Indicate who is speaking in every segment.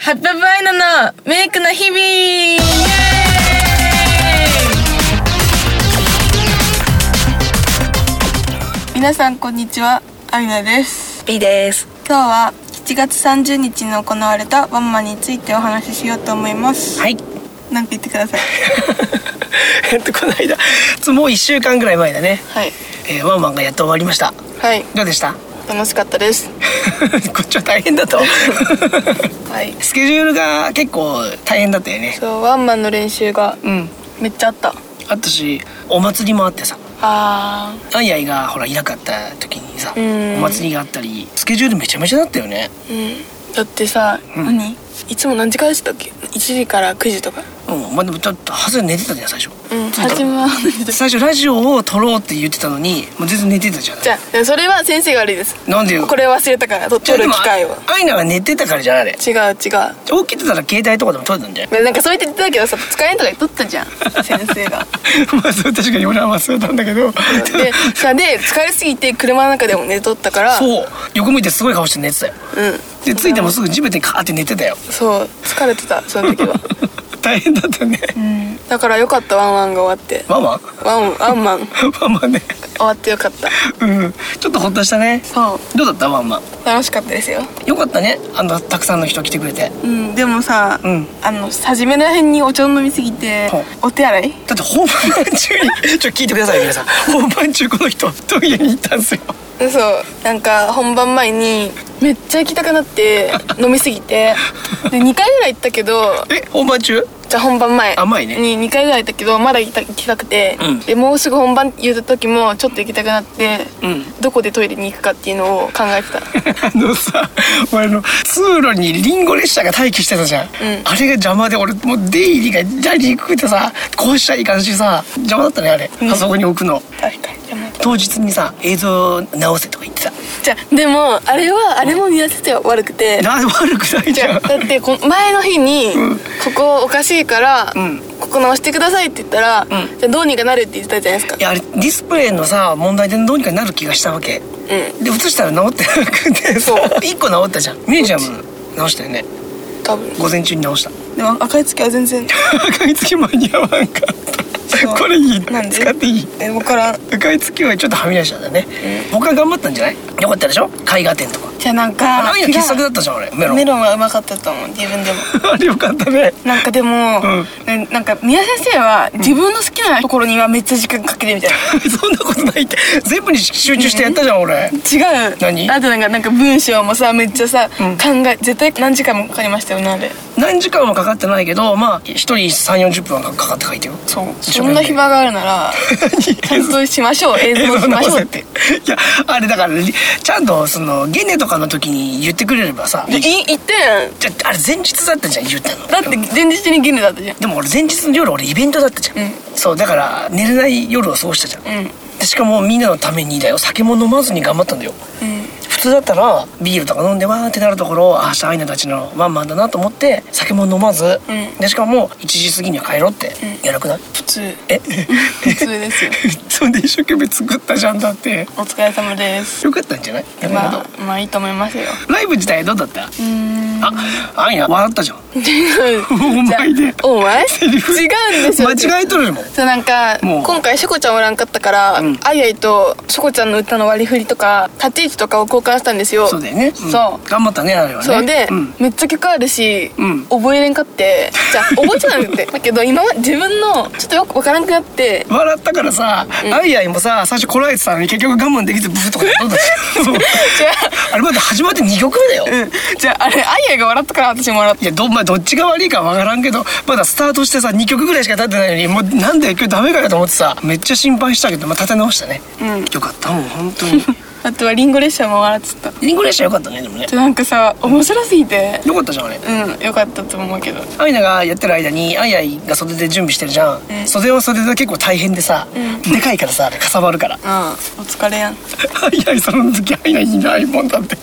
Speaker 1: ハッピーバイナのメイクの日々イエーイ
Speaker 2: 皆さんこんにちはアミナです
Speaker 1: ピーです
Speaker 2: 今日は7月30日に行われたワンマンについてお話ししようと思います
Speaker 1: はい
Speaker 2: なんて言ってくだ さい
Speaker 1: えっとこの間もう1週間ぐらい前だね、
Speaker 2: はい
Speaker 1: えーワンワンがやっと終わりました
Speaker 2: はい
Speaker 1: どうでした こ
Speaker 2: 楽しかったです
Speaker 1: っちは大変だと
Speaker 2: はい
Speaker 1: スケジュールが結構大変だったよね
Speaker 2: そうワンマンの練習が
Speaker 1: うん
Speaker 2: めっちゃあった
Speaker 1: あったしお祭りもあってさ
Speaker 2: あ
Speaker 1: アイアイがほらいなかった時にさ
Speaker 2: うん
Speaker 1: お祭りがあったりスケジュールめちゃめちゃだったよね
Speaker 2: ーうんだってさ、
Speaker 1: うん
Speaker 2: 何いつも何時からでしたっけ1時から9時とか
Speaker 1: うんまあでもちょっと外れ寝てたじゃん最初
Speaker 2: うん
Speaker 1: 着いた
Speaker 2: 始まる
Speaker 1: 最初ラジオを撮ろうって言ってたのにもう全然寝てたじゃん
Speaker 2: じゃあそれは先生が悪いです
Speaker 1: なんでよ
Speaker 2: これ忘れたからと撮る機会を
Speaker 1: でもあアイナが寝てたからじゃんあれ
Speaker 2: 違う違う
Speaker 1: 起きてたら携帯とかでも撮れたんじ ゃん
Speaker 2: なんかそう言って言ってたけどさ使えんとか言っとった じゃん先生が
Speaker 1: まあそう確かに俺はまあそうなんだけど
Speaker 2: でさで疲れすぎて車の中でも寝とったから う
Speaker 1: そう横向いてすごい顔して寝てたよ
Speaker 2: うん
Speaker 1: で着いてもすぐ地べてカーって寝てたよ
Speaker 2: そう疲れてたその時 は
Speaker 1: 大変だったね
Speaker 2: だからよかったワンワンが終わって
Speaker 1: マ マ
Speaker 2: ワンワンマン
Speaker 1: ママね
Speaker 2: 終わってよかった
Speaker 1: うんちょっとほっとしたね
Speaker 2: そう
Speaker 1: どうだったママ
Speaker 2: 楽しかったですよ
Speaker 1: よかったねあのたくさんの人来てくれて
Speaker 2: うんでもさ、
Speaker 1: うん
Speaker 2: あの初めらへんにお茶を飲みすぎて
Speaker 1: はい
Speaker 2: お手洗い
Speaker 1: だって本番 中にちょっと聞いてください皆さん本番中この人トイレに行ったんですよ
Speaker 2: そうなんか本番前にめっちゃ行きたくなって飲みすぎてで2回ぐらい行ったけど
Speaker 1: え本番中
Speaker 2: じゃあ本番前
Speaker 1: 甘いね
Speaker 2: に2回ぐらい行ったけどまだ行きた行きたくて、
Speaker 1: うん
Speaker 2: でもうすぐ本番言った時もちょっと行きたくなって、
Speaker 1: うん
Speaker 2: どこでトイレに行くかっていうのを考えてた
Speaker 1: あのさ俺あの通路にリンゴ列車が待機してたじゃん、あれが邪魔で俺もう出入りがジャリくてさこうしちゃいかんしさ邪魔だったねあれ、あそこに置くの
Speaker 2: 確かにでも
Speaker 1: 当日にさ映像直せとか言ってた
Speaker 2: じゃあでもあれはあれも見合わせては悪くて
Speaker 1: な悪くない
Speaker 2: じ
Speaker 1: じ
Speaker 2: ゃ
Speaker 1: ゃ
Speaker 2: あ
Speaker 1: ん
Speaker 2: だってこ前の日に、
Speaker 1: うん
Speaker 2: ここおかしいから、
Speaker 1: うん
Speaker 2: ここ直してくださいって言ったら、
Speaker 1: ん
Speaker 2: じゃあどうにかなるって言ってたじゃないですか
Speaker 1: いやあれディスプレイのさ問題でどうにかなる気がしたわけ
Speaker 2: う
Speaker 1: で映したら治ってなくて
Speaker 2: そう
Speaker 1: 1個治ったじゃんミュージアム直したよね
Speaker 2: ん多分
Speaker 1: 午前中に直した
Speaker 2: でも赤い月は全然
Speaker 1: 赤い月間に合わんかった
Speaker 2: そう
Speaker 1: これいい
Speaker 2: なんで
Speaker 1: 使っていい
Speaker 2: え分からん
Speaker 1: 赤い月はちょっとはみ出しちゃったね、他頑張ったんじゃないよかったでしょ絵画展とか
Speaker 2: じゃあなん
Speaker 1: あ
Speaker 2: か
Speaker 1: の
Speaker 2: 違
Speaker 1: 傑作だったじゃん俺メロ
Speaker 2: う
Speaker 1: ン
Speaker 2: メロンはうまかったと思う自分でも
Speaker 1: あ れよかったね
Speaker 2: なんかでも、ねなんか宮先生は自分の好きなところにはめっちゃ時間かけてみたいな、
Speaker 1: そんなことないって全部に集中してやったじゃん俺
Speaker 2: 違う
Speaker 1: 何
Speaker 2: あとなんかなんか文章もさめっちゃさ、
Speaker 1: うん
Speaker 2: 考え絶対何時間もかかりましたよねあれ
Speaker 1: 何時間もかかってないけどまあ1人3 4 0分はかかって書いてよ
Speaker 2: そうそんな暇があるならちゃんとしまし ょう映像をしましょうって
Speaker 1: いやあれだからりちゃんとそのゲネとかの時に言ってくれればさ
Speaker 2: でい行ったやん
Speaker 1: じゃあれ前日だったじゃん言ったの
Speaker 2: だって前日にゲネだったじゃん
Speaker 1: でも俺前日の夜俺イベントだったじゃん、
Speaker 2: うん
Speaker 1: そうだから寝れない夜を過ごしたじゃん、
Speaker 2: うん
Speaker 1: でしかもみんなのためにだよ酒も飲まずに頑張ったんだよ
Speaker 2: うん
Speaker 1: 普通だったらビールとか飲んでわーってなるところをあ明日アイナたちのワンマンだなと思って酒も飲まず、
Speaker 2: うん
Speaker 1: でしかも1時過ぎには帰ろうって、やらなくない
Speaker 2: 普通
Speaker 1: え
Speaker 2: 普通ですよ
Speaker 1: そんで一生懸命作ったじゃんだって
Speaker 2: お疲れ様です
Speaker 1: よかったんじゃないなるほど
Speaker 2: まあまあいいと思いますよ
Speaker 1: ライブ自体どうだった
Speaker 2: う ーん
Speaker 1: あアイナ笑ったじゃんお
Speaker 2: お
Speaker 1: 前で
Speaker 2: お前
Speaker 1: セリフ
Speaker 2: 違うんですよ
Speaker 1: 間違えとるもん
Speaker 2: そうなんか
Speaker 1: もう
Speaker 2: 今回しょこちゃんおらんかったから、
Speaker 1: うん
Speaker 2: あいあいとしょこちゃんの歌の割り振りとか立ち位置とかを交換したんですよ
Speaker 1: そうだよね、ん
Speaker 2: そう
Speaker 1: 頑張ったねあれはね
Speaker 2: そうで、
Speaker 1: ん
Speaker 2: めっちゃ曲あるし、
Speaker 1: うん
Speaker 2: 覚えれんかってじゃあ覚えてたんだって だけど今は自分のちょっとよくわからんくなって
Speaker 1: 笑ったからさ、アイアイもさ最初こらえてたのに結局我慢できずブーとかやったんだ
Speaker 2: じゃ
Speaker 1: あれまだ始まって2曲目だよ、
Speaker 2: あ、うん、じゃああれあいあいが笑ったから私も笑っ
Speaker 1: いやど,、まあ、どっちが悪いかわからんけどまだスタートしてさ2曲ぐらいしか経ってないのにもうなんだよ今日ダメかよと思ってさめっちゃ心配したけど、まあ、立て直したね、
Speaker 2: うん
Speaker 1: よかったもん本 当に
Speaker 2: たあとはリンゴ列車も笑ってた
Speaker 1: リンゴ列車よかったねでもね
Speaker 2: でなんかさ面白すぎて
Speaker 1: よかったじゃんあれ
Speaker 2: うんよかったと思うけど
Speaker 1: アイナがやってる間にアイアイが袖で準備してるじゃん、
Speaker 2: ん
Speaker 1: 袖は袖で結構大変でさ、でかいからさあれかさばるから
Speaker 2: うんお疲れやん
Speaker 1: アイアイその時アイナいないもんだって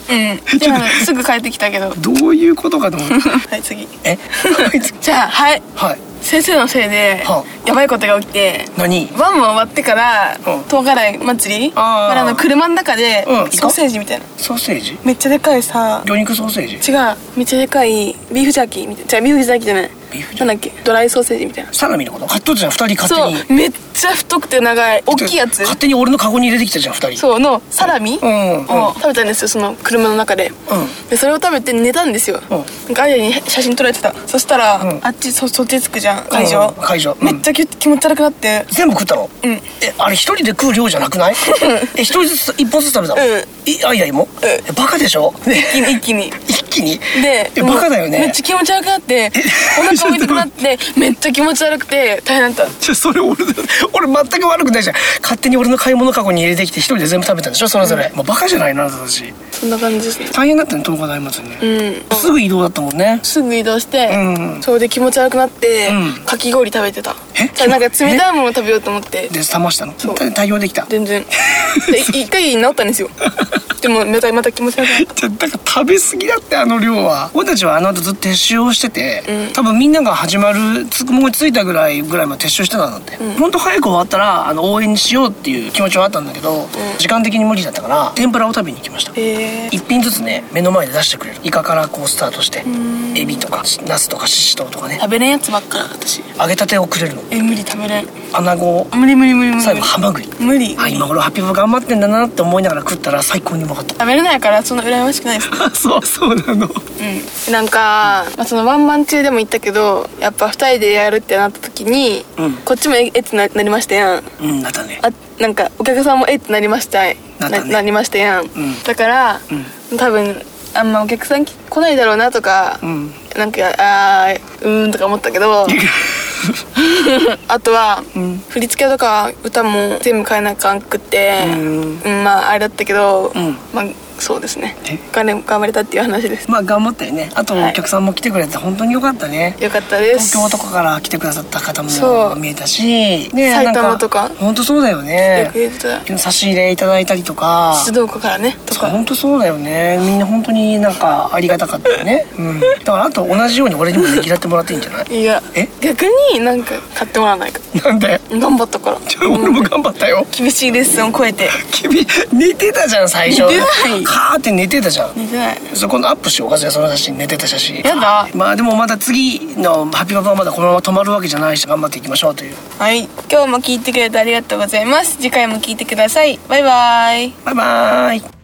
Speaker 2: うんでもすぐ帰ってきたけど
Speaker 1: どういうことかと思って
Speaker 2: はい次
Speaker 1: え
Speaker 2: じゃあはい
Speaker 1: はい
Speaker 2: 先生のせいで
Speaker 1: は
Speaker 2: やばいことが起きて
Speaker 1: 何
Speaker 2: ワンも終わってから
Speaker 1: うん
Speaker 2: 東華大祭り
Speaker 1: あー
Speaker 2: まだあの車の中で
Speaker 1: うん
Speaker 2: ソーセージみたいな
Speaker 1: ソーセージ
Speaker 2: めっちゃでかいさ
Speaker 1: 魚肉ソーセージ
Speaker 2: 違うめっちゃでかいビーフジャーキーみたいなじゃあビーフジャーキーじゃない
Speaker 1: ビーフジャ
Speaker 2: な
Speaker 1: ー
Speaker 2: んだっけドライソーセージみたいな
Speaker 1: サラミのこと買っとったじゃん二人勝
Speaker 2: そ
Speaker 1: 手に
Speaker 2: うめっちゃ太くて長い大きいやつ
Speaker 1: 勝手に俺のカゴに入れてきたじゃん二人
Speaker 2: そうのサラミ
Speaker 1: うんうん
Speaker 2: を食べたんですよその車の中で
Speaker 1: う
Speaker 2: でそれを食べて寝たんですよ
Speaker 1: うん
Speaker 2: なんかアイアに写真撮られてたそしたら
Speaker 1: うん
Speaker 2: あっちそそっち着くじゃん会場
Speaker 1: うん会場うん
Speaker 2: めっちゃき気持ち悪くなって
Speaker 1: 全部食ったの
Speaker 2: うん
Speaker 1: えあれ一人で食う量じゃなくないえ一人ずつ一本ずつ食べたの
Speaker 2: うん
Speaker 1: いあいやいも
Speaker 2: ん
Speaker 1: えバカでしょね
Speaker 2: 一気に一気に
Speaker 1: 一気に
Speaker 2: で
Speaker 1: えバカだよ
Speaker 2: めっ
Speaker 1: ね
Speaker 2: ちゃ気持ち悪くなってお腹置いてくなってめっちゃ気持ち悪くて大変だった
Speaker 1: じゃそれ俺だ俺全く悪くないじゃん勝手に俺の買い物カゴに入れてきて一人で全部食べたんでしょそれぞれ、もうバカじゃないなあなたたち
Speaker 2: そんな感じですね
Speaker 1: 大変だったね東華大祭りね、
Speaker 2: うん
Speaker 1: すぐ移動だったもんね
Speaker 2: すぐ移動して、
Speaker 1: うん
Speaker 2: それで気持ち悪くなって、
Speaker 1: うん
Speaker 2: かき氷食べてた
Speaker 1: え
Speaker 2: ただなんか冷たいもの食べようと思って
Speaker 1: で冷ましたの
Speaker 2: そう
Speaker 1: 対対応できた
Speaker 2: 全 然で一回治ったんですよでもまたまた気持ち悪くなった
Speaker 1: だから食べ過ぎだってあの量は俺たちはあの後ずっと撤収をしてて、多分みんなが始まるつくもいついたぐらいぐらいまで撤収してたんだって、ほんと早く終わったらあの応援しようっていう気持ちはあったんだけど、時間的に無理だったから天ぷらを食べに行きました
Speaker 2: へえ
Speaker 1: 一品ずつね目の前で出してくれるイカからこうスタートしてエビとかナスとかシシトウとかね
Speaker 2: 食べれんやつばっか私
Speaker 1: 揚げたてをくれるの
Speaker 2: え無理食べれん
Speaker 1: 穴子を
Speaker 2: 無理無理無理無理
Speaker 1: 最後ハマグリ
Speaker 2: 無理
Speaker 1: あ今頃ハピブ頑張ってんだなって思いながら食ったら最高にうまかった
Speaker 2: 食べれないからそんな羨ましくないです
Speaker 1: あ そうそうなの
Speaker 2: うんなんか、まあ、そのワンマン中でも言ったけどやっぱ二人でやるってなった時に、
Speaker 1: うん
Speaker 2: こっちもええってななりましたやん
Speaker 1: うんだったね
Speaker 2: あなんかお客さんもえってなりましたい
Speaker 1: なったね
Speaker 2: なりましたやん、
Speaker 1: ん
Speaker 2: だから、多分あんまお客さん来来ないだろうなとか、
Speaker 1: ん
Speaker 2: なんかあーうーんとか思った けどあとは、振り付けとか歌も全部変えなあかんくって、
Speaker 1: うん
Speaker 2: うんまああれだったけど、
Speaker 1: ん
Speaker 2: まあそうですね
Speaker 1: え
Speaker 2: 頑張れ頑張れたっていう話です
Speaker 1: まあ頑張ったよねあと
Speaker 2: は
Speaker 1: お
Speaker 2: い
Speaker 1: 客さんも来てくれて本当に良かったね、
Speaker 2: よかったです
Speaker 1: 東京とかから来てくださった方
Speaker 2: そ
Speaker 1: も
Speaker 2: う
Speaker 1: 見えたし、ね
Speaker 2: 埼玉とか
Speaker 1: なん本当そうだよ
Speaker 2: よ
Speaker 1: ね
Speaker 2: く言ってた
Speaker 1: 差し入れいただいたりとか
Speaker 2: 静岡からねと
Speaker 1: そう
Speaker 2: か
Speaker 1: 本当そうだよねみんな本当になんかありがたかったよ ね、うん、だからあと同じように俺にもねぎらってもらっていいんじゃない
Speaker 2: いや
Speaker 1: え
Speaker 2: 逆になんか買ってもらわないか
Speaker 1: なんで
Speaker 2: 頑張ったから
Speaker 1: ちょ俺も頑張ったよ
Speaker 2: 厳しいレッスンを超えて
Speaker 1: 君寝てたじゃん最初
Speaker 2: 寝てない
Speaker 1: カーって寝てたじゃん
Speaker 2: 寝てない
Speaker 1: そこのアップしようかじゃあその写真寝てた写真
Speaker 2: やだ
Speaker 1: まあでもまだ次のハピパパはまだこのまま止まるわけじゃないし頑張っていきましょうという
Speaker 2: はい今日も聞いてくれてありがとうございます次回も聞いてくださいバイバイ
Speaker 1: バイバーイ